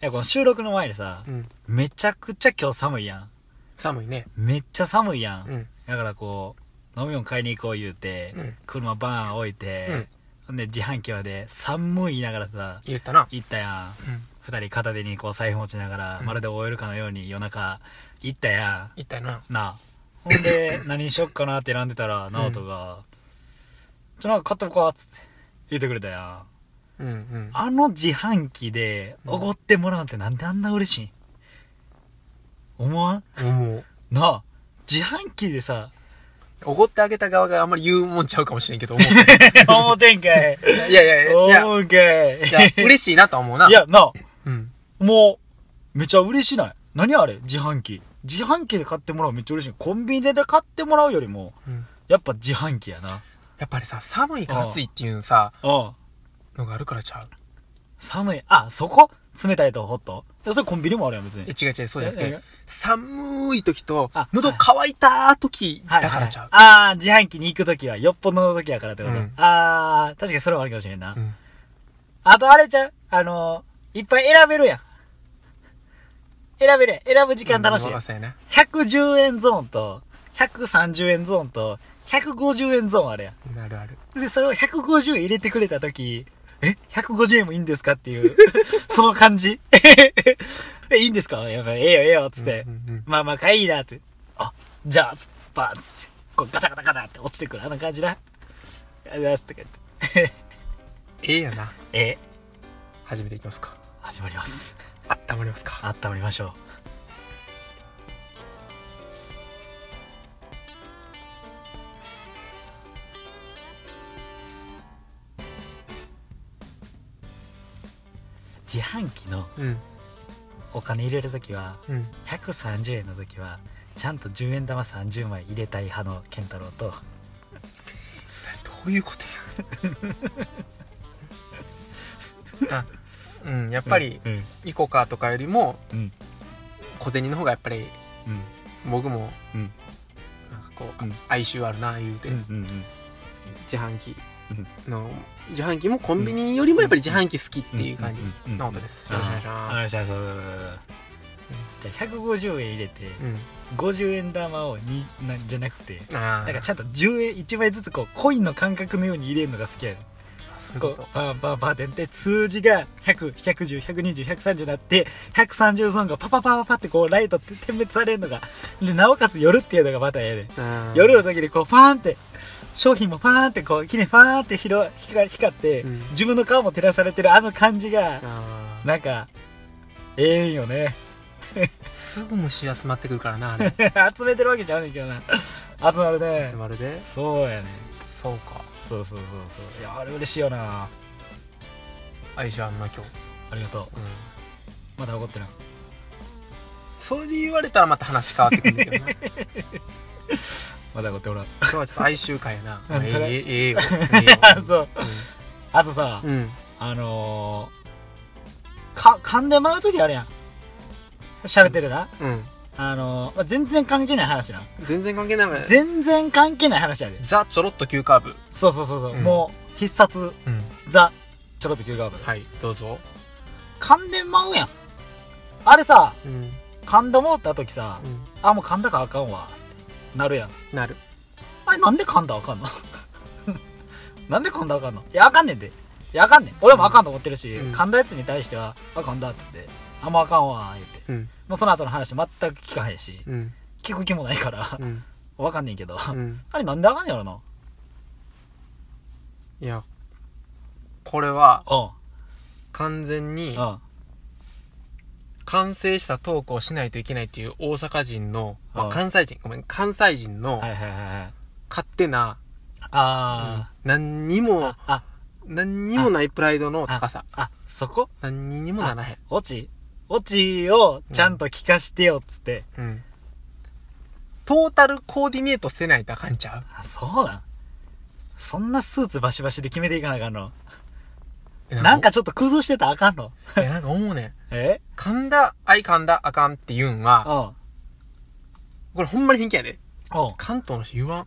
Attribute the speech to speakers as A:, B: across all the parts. A: や、この収録の前でさ、
B: うん。
A: めちゃくちゃ今日寒いやん。
B: 寒いね。
A: めっちゃ寒いやん。
B: うん。
A: だからこう、飲み物買いに行こう言うて、
B: うん
A: 車バーン置いて、ほんで自販機まで寒い言いながらさ、
B: 言ったな。
A: 行ったやん。
B: うん。
A: 二人片手にこう財布持ちながら、
B: うん
A: まるで終えるかのように夜中行ったや
B: 言ったよな。
A: ん。なあ。ほん で、何しよっかなって選んでたら、直人が、ちょ、なんか買っとこうかっつって言ってくれたやん。
B: うんうん。
A: あの自販機でおごってもらうってなんであんな嬉しいん思わん
B: 思う。
A: なあ、自販機でさ、
B: おごってあげた側があんまり言うもんちゃうかもしれんけど、思う
A: 思うてんか い。
B: いやいやいや、いや、
A: 思うんかい。
B: いや嬉しいなとは思うな。
A: いや、なあ、
B: うん。
A: もう、めちゃ嬉しない。何あれ自販機。自販機で買ってもらうめっちゃ嬉しい。コンビニで買ってもらうよりも、
B: うん。
A: やっぱ自販機やな。
B: やっぱりさ、寒いから暑いっていうさ、
A: うん。
B: のがあるからちゃう。
A: 寒い。あ、そこ冷たいとホットいやそれコンビニもあるやん、別
B: え
A: に。
B: 違う違う、そうじゃなく
A: ええ
B: て、寒い時と
A: あ、
B: 喉
A: はい
B: 乾いた時だからちゃう。
A: はいはいああ、自販機に行くときは、よっぽどの時やからってこと。
B: うん
A: ああ、確かにそれはあるかもしれんな。
B: うん
A: あとあれちゃうあのーいっぱい選べるやん。選べるやん。選ぶ時間楽しい
B: う
A: や
B: ん
A: ん
B: ま。あそうやな。
A: 110円ゾーンと、130円ゾーンと、150円ゾーンあるや
B: あるある。
A: ん。で、それを150円入れてくれたとき、え ?150 円もいいんですかっていう、 その感じ。 え、いいんですかやっぱ、ええよええよ、つって
B: う。んうんうん
A: まあまあ、かいいなって。あ、じゃあ、つって、バーンつって、こうガタガタガタって落ちてくる、あの感じな。ありがとうございますとか言って。
B: ええやな。
A: ええ、
B: 始めていきますか。
A: 始まります。
B: あったまりますか。
A: あったまりましょう。自販機の
B: うん。
A: お金入れるときは
B: うん。
A: 130円の時はちゃんと10円玉30枚入れたい派の健太郎と
B: どういうことや あうんやっぱり
A: うんうん
B: イコカとかよりも
A: うん
B: 小銭の方がやっぱり
A: うん
B: 僕も
A: うん
B: なんかこう、
A: うん
B: 哀愁あるな言うて、
A: うんうん
B: 自販機の自販機もコンビニよりもやっぱり自販機好きっていう感じ
A: うん
B: なことです、
A: うん
B: よろしくお願いし
A: お願
B: ま
A: いしますじゃあ150円入れて
B: す、うん、
A: 50円玉をになじゃなくて
B: あ
A: だ
B: あ
A: からちゃんと10円1枚ずつこうコインの感覚のように入れるのが好きやね
B: そういう
A: こう
B: こと
A: バーバーバーってやって数字が100110120130になって133がパパパパパってこうライトって点滅されるのがでなおかつ夜っていうのがまたええね
B: あー
A: 夜の時にこうファーンって商品もファーンってこうきれいファーンって広光光って、
B: うん
A: 自分の顔も照らされてるあの感じが
B: あー
A: なんかええんよね
B: すぐ虫集まってくるからなあれ
A: 集めてるわけじゃないけどな集まるね
B: 集まるで
A: そうやね
B: そうか
A: そうそうそうそういやあれ嬉しいよな
B: 哀愁あんな今日、
A: ありがとう
B: うん
A: まだ怒ってない
B: それ言われたらまた話変わってくるんだけ どな今
A: まだ怒っておらん
B: 日はちょっと哀愁会やな
A: 本当だ
B: ええええええよ
A: あ そうあとさ、
B: うん、うん、
A: あのー、か噛んでまう時あるやん喋ってるな、
B: うん、
A: あのーまあ、全然関係ない話な
B: 全然関係ないわね
A: 全然関係ない話やで
B: ザ・ちょろっと急カーブ
A: そうそうそうそう、
B: うん
A: もう必殺
B: うん
A: ザちょろっと急カーブ
B: はいどうぞ
A: 噛んでまうやんあれさ
B: うん、
A: 噛んだもうった時さ、
B: うん、
A: あもう噛んだからあかんわなるやん
B: なる
A: あれなんで噛んだらあかんの なんで噛んだらあかんのいやあかんねんでいやあかんねん俺もあかんと思ってるし、
B: うん
A: 噛んだやつに対してはあ噛んだっつってあもうあかんわ言って
B: うん
A: もうその後の話全く聞かへんし
B: うん
A: 聞く気もないから
B: うん
A: わかんねんけど、
B: うん
A: あれなんであかんねやろない
B: やこれは
A: う
B: 完全に
A: んうん
B: 完成したトークをしないといけないっていう大阪人の、
A: う
B: まあ、
A: ん
B: 関西人ごめん関西人の
A: はいはいはいはい
B: 勝手な、
A: あ
B: うん何に
A: ー、
B: も
A: ああ
B: 何にもないプライドの高さ
A: あそこ
B: 何にもならへん
A: オチオチをちゃんと聞かしてよっつって、
B: うんトータルコーディネートせないとあかんちゃう
A: あそうなんそんなスーツバシバシで決めていかなあかんの
B: え
A: なんかちょっと崩してたらあかんの
B: えなんか思うねん
A: え
B: 噛んだあい噛んだあかんって言うん
A: うん
B: はこれほんまに偏見やで
A: うん
B: 関東の人言わん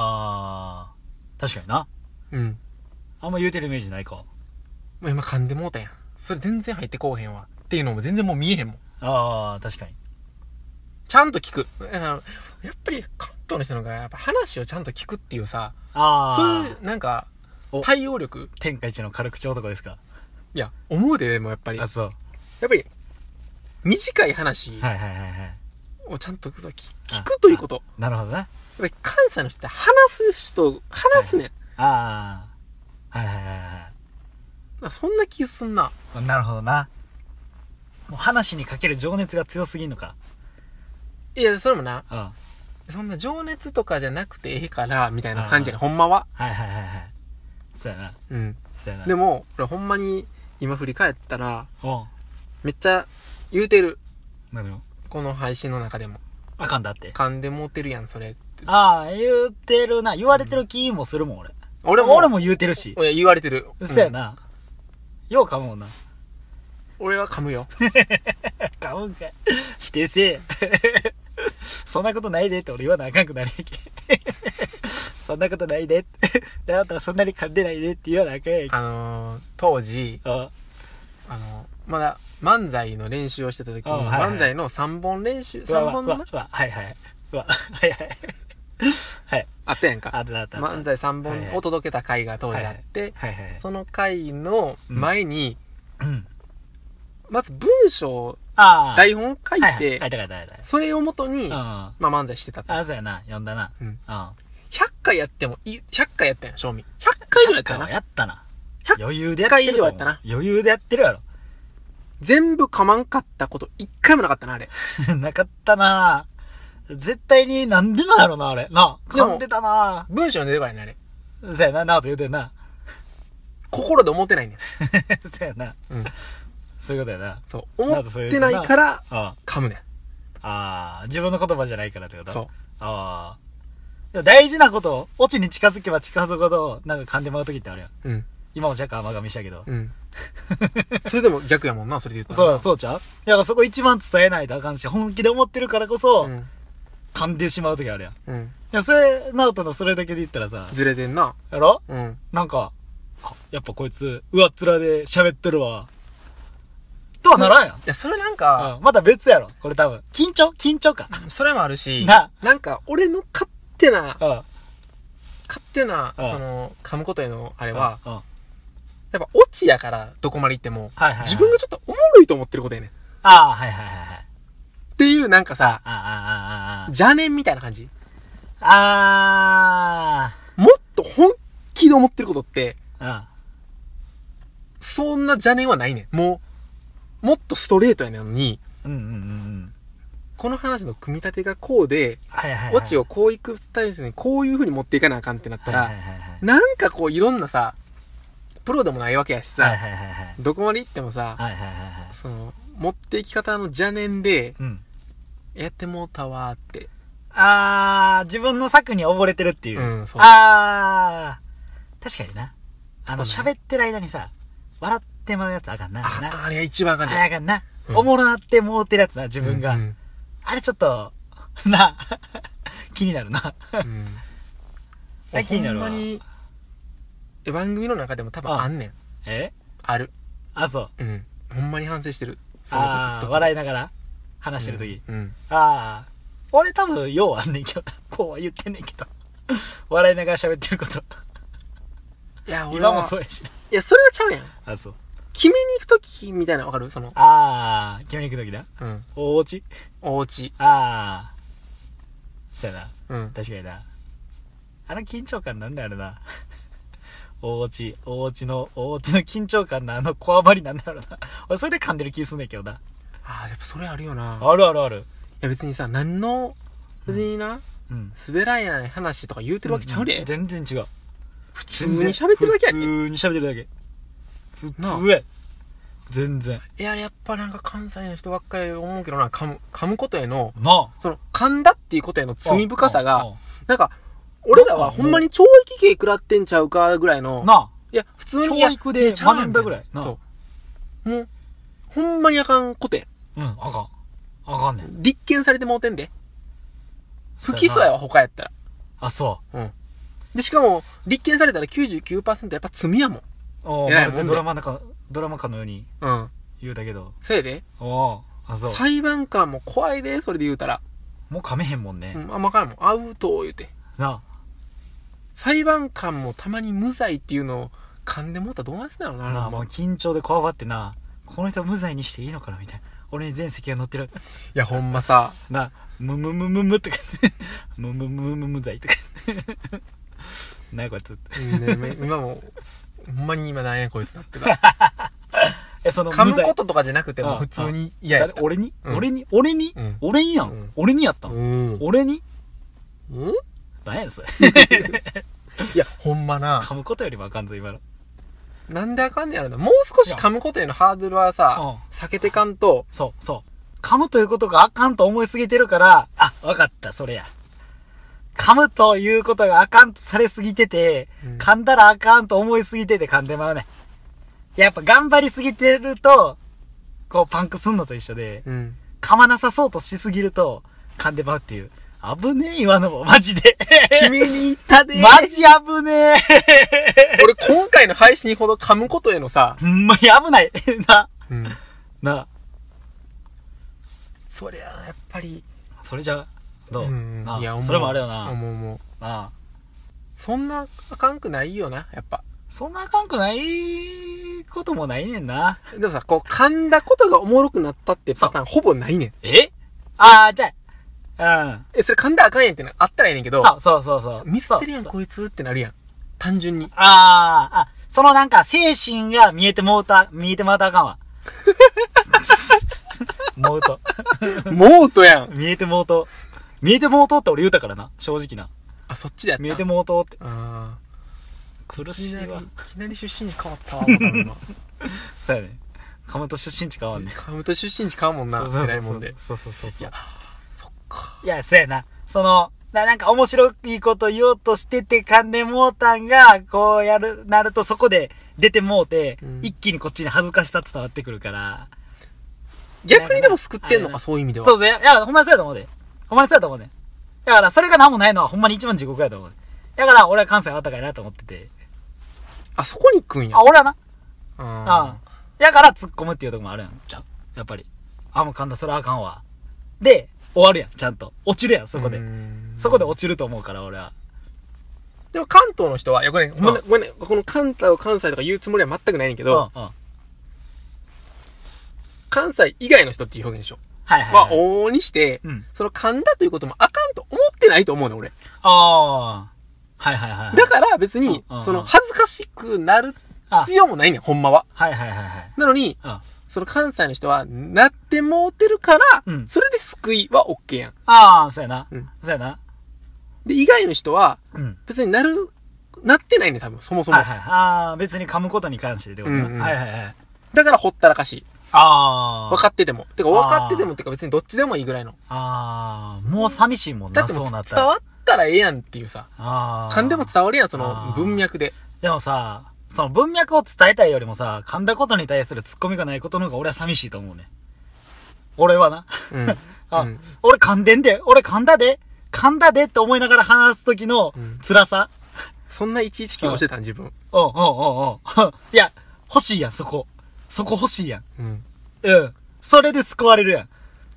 A: あー確かにな
B: うん
A: あんま言うてるイメージないか
B: もう今噛んでもうたやんそれ全然入ってこうへんわっていうのも全然もう見えへんもん。
A: ああ、確かに。
B: ちゃんと聞く。あのやっぱり関東の人の方がやっぱ話をちゃんと聞くっていうさ、
A: ああ。
B: そういうなんか
A: お
B: 対応力
A: 天下一の軽口男ですか。
B: いや、思うで、でもやっぱり。や
A: あ、
B: っ
A: そう。
B: ぱり、短い話
A: はいはいはいはい。
B: をちゃんとそうき聞くということ。
A: なるほどな。
B: やっぱり関西の人って話す人、話すねん。
A: ああ。はいはいはいは
B: あそんな気すんな。
A: い。なるほどな。もう話にかける情熱が強すぎんのか。
B: いや、それもな、
A: うん。はい
B: そんな情熱とかじゃなくてええから、みたいな感じやねんほんまは。
A: はいはいはい。そうやな。
B: うん。
A: そうやな。
B: で
A: も、
B: も、俺ほんまに今振り返ったら、
A: おう
B: めっちゃ言うてる。
A: なるよ。
B: この配信の中でも。
A: あかんだって。
B: 噛んでもうてるやん、それって。
A: ああ、言うてるな。言われてる気もするもん、俺。
B: 俺も、
A: 俺も言うてるし。
B: いや、言われてる。
A: そうやな。よう噛むもんな。
B: うん。俺は噛むよ。
A: 噛むんかい。否定せえ。そんなことないでって俺言わなあかんくなるやんけ。そんなことないでって。であなたはそんなに噛んでないでって言わなあかんやんけ。
B: あのー、当時、
A: あ
B: あのー、まだ漫才の練習をしてた時に、
A: あはいはい
B: 漫才の3本練習、
A: うわ
B: 3本
A: うわ
B: の
A: うわはいはい。うわ、はいはい。はい。
B: あったやんか。
A: あだった。
B: 漫才3本を届けた回が当時あって、
A: はいはい。
B: その回の前に、
A: うん。
B: まず文章を、
A: ああ。
B: 台本を書い
A: はいはい。書い
B: て
A: た、書いた書いた。
B: それをもとに、
A: うん。
B: ま
A: あ
B: あ漫才してたと。
A: あ、そうやな。読んだな。
B: う
A: うんん。100
B: 100回やってもいい、100回やったやん、正味。100回以上やった
A: 回
B: よ
A: は
B: な。
A: やったな。
B: 100
A: 余裕でやってると思う
B: 回以上やっ
A: 余裕でやってるやろ。
B: 全部噛まんかったこと、一回もなかったな、あれ。
A: なかったな絶対になんでなんやろな、あれ。な
B: でも
A: 噛んでたな
B: 文章の出ればいいね、あれ。
A: そうやな、なおと言うてんな。
B: 心で思ってないねん。
A: そうやな。
B: うん。
A: そういうことやな。
B: そう。思ってないから、
A: あ
B: 噛むね
A: あー、自分の言葉じゃないからってこ
B: ん。
A: と
B: そう。
A: ああ。でも大事なこと、オチに近づけば近づくほど、なんか噛んでもらうときってあるやん。
B: うん。
A: 今も若干甘噛みしたけど。
B: うん。それでも逆やもんな、それで言ったら。
A: そう、そうちゃうだからそこ一番伝えないとあかんし、本気で思ってるからこそ、
B: うん。
A: 噛んでしまうときあるやん。
B: うん。
A: でもそれ、ナオトのそれだけで言ったらさ、
B: ずれてんな。
A: やろ
B: うん。
A: なんか、あやっぱこいつ、上っ面で喋ってるわ。とはならんやん
B: いや、それなんか、。
A: うんまた別やろ。これ多分。緊張緊張か。
B: それもあるし、
A: な
B: なんか、俺の勝手な、
A: うん。
B: 勝手な、
A: うん
B: その、噛むことへの、あれは、
A: うん、うん。
B: やっぱ、オチやから、どこまで行っても、
A: はいはいはい
B: 自分がちょっとおもろいと思ってることやねん。っ
A: ああ、はいはいはいはい。
B: ていう、なんかさ、
A: ああ、ああ、ああ。
B: 邪念みたいな感じ。
A: あ
B: もっと本気で思ってることって、
A: あ。
B: そんな邪念はないねん。もう、もっとストレートやねんのに、
A: うん。うんうんうんうん。
B: この話の組み立てがこうで、
A: はいはい、はい。
B: オチをこういくスタイルにこういう風に持っていかなあかんってなったら、
A: はいはいはいはい。
B: なんかこういろんなさ、プロでもないわけやしさ、
A: はいはいはいはい。
B: どこまで行ってもさ、
A: はいはいはいはい。
B: その、持っていき方の邪念で、
A: うん。
B: やってもうたわーって。
A: あー、自分の策に溺れてるっていう。
B: うんそう
A: あー、確かにな。あの、
B: そうね
A: 喋ってる間にさ、笑ってまうやつあかんな。な
B: あ、あれが一番あかん
A: あ
B: ね
A: あかんな。
B: うん
A: おもろなってもうてるやつな、自分が。
B: うん
A: あれちょっと、な、 気になるな。
B: うん
A: あ気になるわ
B: ほんまに、え番組の中でも多分あんねん。
A: え
B: ある。
A: あ、そう。
B: うん。ほんまに反省してる。その時
A: あー
B: 時
A: 笑いながら話してる時。
B: うん。うん
A: ああ。俺多分、ようあんねんけどな、 こうは言ってんねんけど。笑いながら喋ってること。
B: いや、俺
A: 今も
B: は
A: そ、うやしな。
B: いや、それはちゃうやん。
A: あ、そう。
B: 決めに行く時みたいなのわかるその、
A: ああ、決めに行く時だ。
B: うん。
A: おうち
B: お家。
A: ああ。そうやな。
B: うん。
A: 確かにな。あの緊張感なんだろうな。 おうち、おうちの、おうちの緊張感のあのこわばりなんだろうな。俺それで噛んでる気すんねんけどな。
B: ああ、やっぱそれあるよな。い
A: あるあるある。
B: や、別にさ、何の、別にな、
A: うん。
B: 滑らない話とか言うてるわけちゃうで。
A: 全然違う。
B: 普通に喋ってるだけや
A: 普
B: ね
A: 通に喋ってるだけ。普
B: な
A: 通や。全然。
B: いや、やっぱなんか関西の人ばっかり思うけどな、噛む、噛むことへの、
A: なあ。
B: その、噛んだっていうことへの罪深さ
A: うん
B: が、
A: う
B: なんか、俺らはほんまに懲役刑食らってんちゃうかぐらい
A: ん
B: の、
A: ない
B: や、普通
A: あ。
B: に、いや
A: 教育で
B: ちゃうね
A: 学んだぐらい。なあ
B: そう。もう、ほんまにあかんことやん。
A: うん、あかん。あかんねん。
B: 立件されてもうてんで。不起訴
A: そう
B: や
A: や
B: わ、他やったら。
A: あ、そ
B: で、しかも、立件されたら99%やっぱ罪やもん。
A: う。おー
B: 偉い
A: まる
B: もん
A: で
B: で
A: ドラマなんか、ドラマかのように。
B: うん。
A: 言うたけど。
B: せいで
A: おうあ、そう。
B: 裁判官も怖いでそれで言うたら、
A: もう噛めへんもんね。
B: うん、あまかんもんアウト言うて
A: な
B: 裁判官もたまに無罪っていうのを噛んでもうたらどうなんすんだろう
A: あ、
B: な
A: な
B: ほ
A: あ、
B: んま
A: もう緊張でこわばってな、この人無罪にしていいのかなみたいな。俺に全席が乗ってる。
B: いやほんまさ
A: なあ、むむむむむとか言って、むむむむむ無罪とか言って。なあ、こいつ。
B: うんね今もほんまに今なんやこいつなって た
A: え、その
B: 噛
A: 無
B: む
A: 罪
B: こ。ととかじゃなくても
A: あ
B: 普通に嫌やっ
A: 誰
B: た
A: 俺に
B: うん
A: 俺に俺に
B: うん
A: 俺にや
B: うん
A: ん。俺にやった。
B: うんん
A: 俺に
B: うん
A: 何やねん、それ。
B: いやほんまな
A: 噛むことよりもあかんぞ、今の。
B: なんであかんねやろなもう少し噛むことへのハードルはさ
A: う
B: 避けてかんと
A: そう、そう。噛むということがあかんと思いすぎてるから、あ、わかった、それや。噛むということがあかんとされすぎてて、
B: うん
A: 噛んだらあかんと思いすぎてて噛んでまうねん。やっぱ頑張りすぎてると、こうパンクすんのと一緒で、
B: うん
A: 噛まなさそうとしすぎると、噛んでまうっていう。危ねえ、今のも、マジで。
B: 君に言ったで
A: マジ危ねえ。
B: 俺今回の配信ほど噛むことへのさ、
A: ほんまに危ない。 な、
B: うん、
A: な、
B: そりゃやっぱり、
A: それじゃ、どう、
B: ん
A: ない
B: や思う
A: それもあれよな。
B: 思う思う
A: なあ
B: そんなあかんくないよなやっぱ
A: そんなあかんくないこともないねんな。
B: でもさこう噛んだことがおもろくなったってパターンほぼないねん
A: えああ、じゃあ、
B: えそれ噛んだらあかんやんってのあったらいいねん
A: う
B: けど
A: ん。そうそうそうそう。
B: ミスってるやん
A: そう
B: こいつってなるやん単純に
A: ああ、あ、そのなんか精神が見えてもうた、見えてもうたらあかん わ。もうと。
B: もうとやん
A: 見えてもうと。見えてもうとって俺言うたからな。正直な。
B: あそっちでやった
A: 見えてもうとって。
B: あ
A: 苦
B: ー
A: し
B: いき
A: い
B: なり
A: わ。
B: いきなり出身地変わったわ思ったも ん今
A: そうやね。かまと出身地変わんね。
B: カウント出身地変わんもんな
A: そうそう
B: 偉いもんで
A: そうそうそうそう。
B: いやそっか
A: いや、そうやな。その、ななんか面白いこと言おうとしてて、カンデモータンが、こうやる、なるとそこで出てもうて、
B: うん
A: 一気にこっちに恥ずかしさ伝わってくるから。
B: 逆にでも救ってんの
A: あの
B: かそういう意味では
A: そうぜ。いや、ほんまにそうやと思うで。ほんまにそうやと思うで。だから、それが何もないのはほんまに一番地獄やと思うで。だから、俺は関西はあったかいなと思ってて。
B: あそこに行くんや
A: あ、俺はな。
B: あ
A: あだから、突っ込むっていうとこもあるやん。ちゃんやっぱり。あ、もう神田それはあかんわ。で、終わるやん、ちゃんと。落ちるやん、そこで。そこで落ちると思うから、俺は。
B: でも関東の人は、いや、これ、ごめんね
A: う、
B: ごめんね、この関東を関西とか言うつもりは全くないねんけ
A: うん、うん。
B: ど、
A: はい
B: 関西以外の人っていう表現でしょ。
A: はい、はい。
B: は、往々にして、
A: うん。
B: その噛んだということもあかんと思ってないと思うねん、俺。
A: ああ。はいはいはいはい。
B: だから別に
A: うんうんう、ん
B: その、恥ずかしくなる必要もないねん、ほんまは。
A: はいはいはいはい。
B: なのに、
A: うん。あ
B: その関西の人は、なってもうてるから
A: う、ん
B: それで救いは OK やん。
A: あー、そうやな。
B: うん
A: そうやな。
B: で、以外の人は、
A: うん。
B: 別になる、なってないねん、多分、そもそも
A: はい。はい。ああ、別に噛むことに関してってことな。
B: うんうん
A: はいはいはい。
B: だから、ほったらかしい。
A: ああ。
B: 分かってても。てか、分かってて
A: あ
B: も、
A: ー
B: てか別にどっちでもいいぐらいの。
A: ああ、もう寂しいもん
B: だ
A: な、
B: ってもう
A: そうなった
B: 伝
A: ら。
B: わったらええやんっていうさ。
A: ああ。
B: 噛んでも伝わるやん、そ
A: あ
B: の
A: ー
B: 文脈で。
A: でもさ、その文脈を伝えたいよりもさ、噛んだことに対するツッコミがないことの方が俺は寂しいと思うね。俺はな。
B: うん。
A: あ、
B: うん
A: 俺噛んでんで、俺噛んだで、噛んだでって思いながら話すときの
B: うん
A: 辛さ。
B: そんな119をしてたん、自分。
A: うんうんうんうん。 いや、欲しいやん、そこ。そこ欲しいやん。
B: うん。
A: うん。それで救われるやん。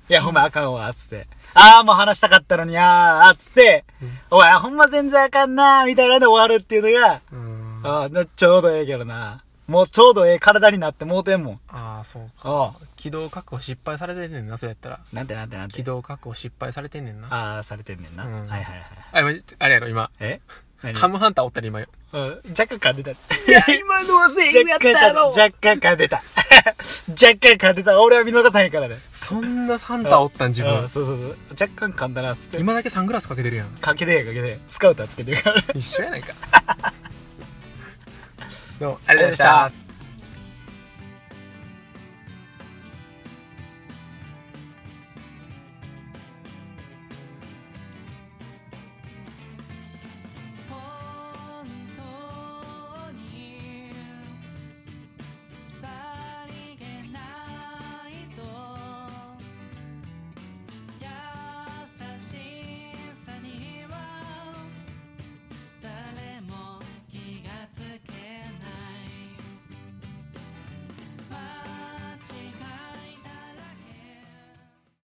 A: いや、ほんまあかんわ、つって。ああ、もう話したかったのに、ああ、つって。
B: うん
A: お前、ほんま全然あかんな、みたいなので終わるっていうのが、
B: うんあ
A: ああ、ちょうどええけどな。もうちょうどええ体になってもうてんもん。
B: あー、そうか。
A: あ
B: 軌道確保失敗されてんねんな、それやったら。
A: あ、なんてなんてなん
B: 軌
A: て。
B: 道確保失敗されてんねんな。
A: ああ、されてんねんな。
B: うん
A: はいはいはい。
B: あ、今、あれやろ、今。
A: え何
B: カムハンターおったり今よ。
A: うん、若干噛んでた。
B: いや、今のはセ
A: 若干噛んでた。 若干噛んでた。俺は見逃さへんからね。
B: そんなハンターおったん、自
A: うん
B: 分。
A: そうそうそう若干噛んだなっつって
B: 今だけサングラスかけてる やん。
A: かけてやかけてスカウターつけてるから
B: 一緒やないか。どうも、ありがとうございま
A: あり
B: し
A: がとうございました
B: た。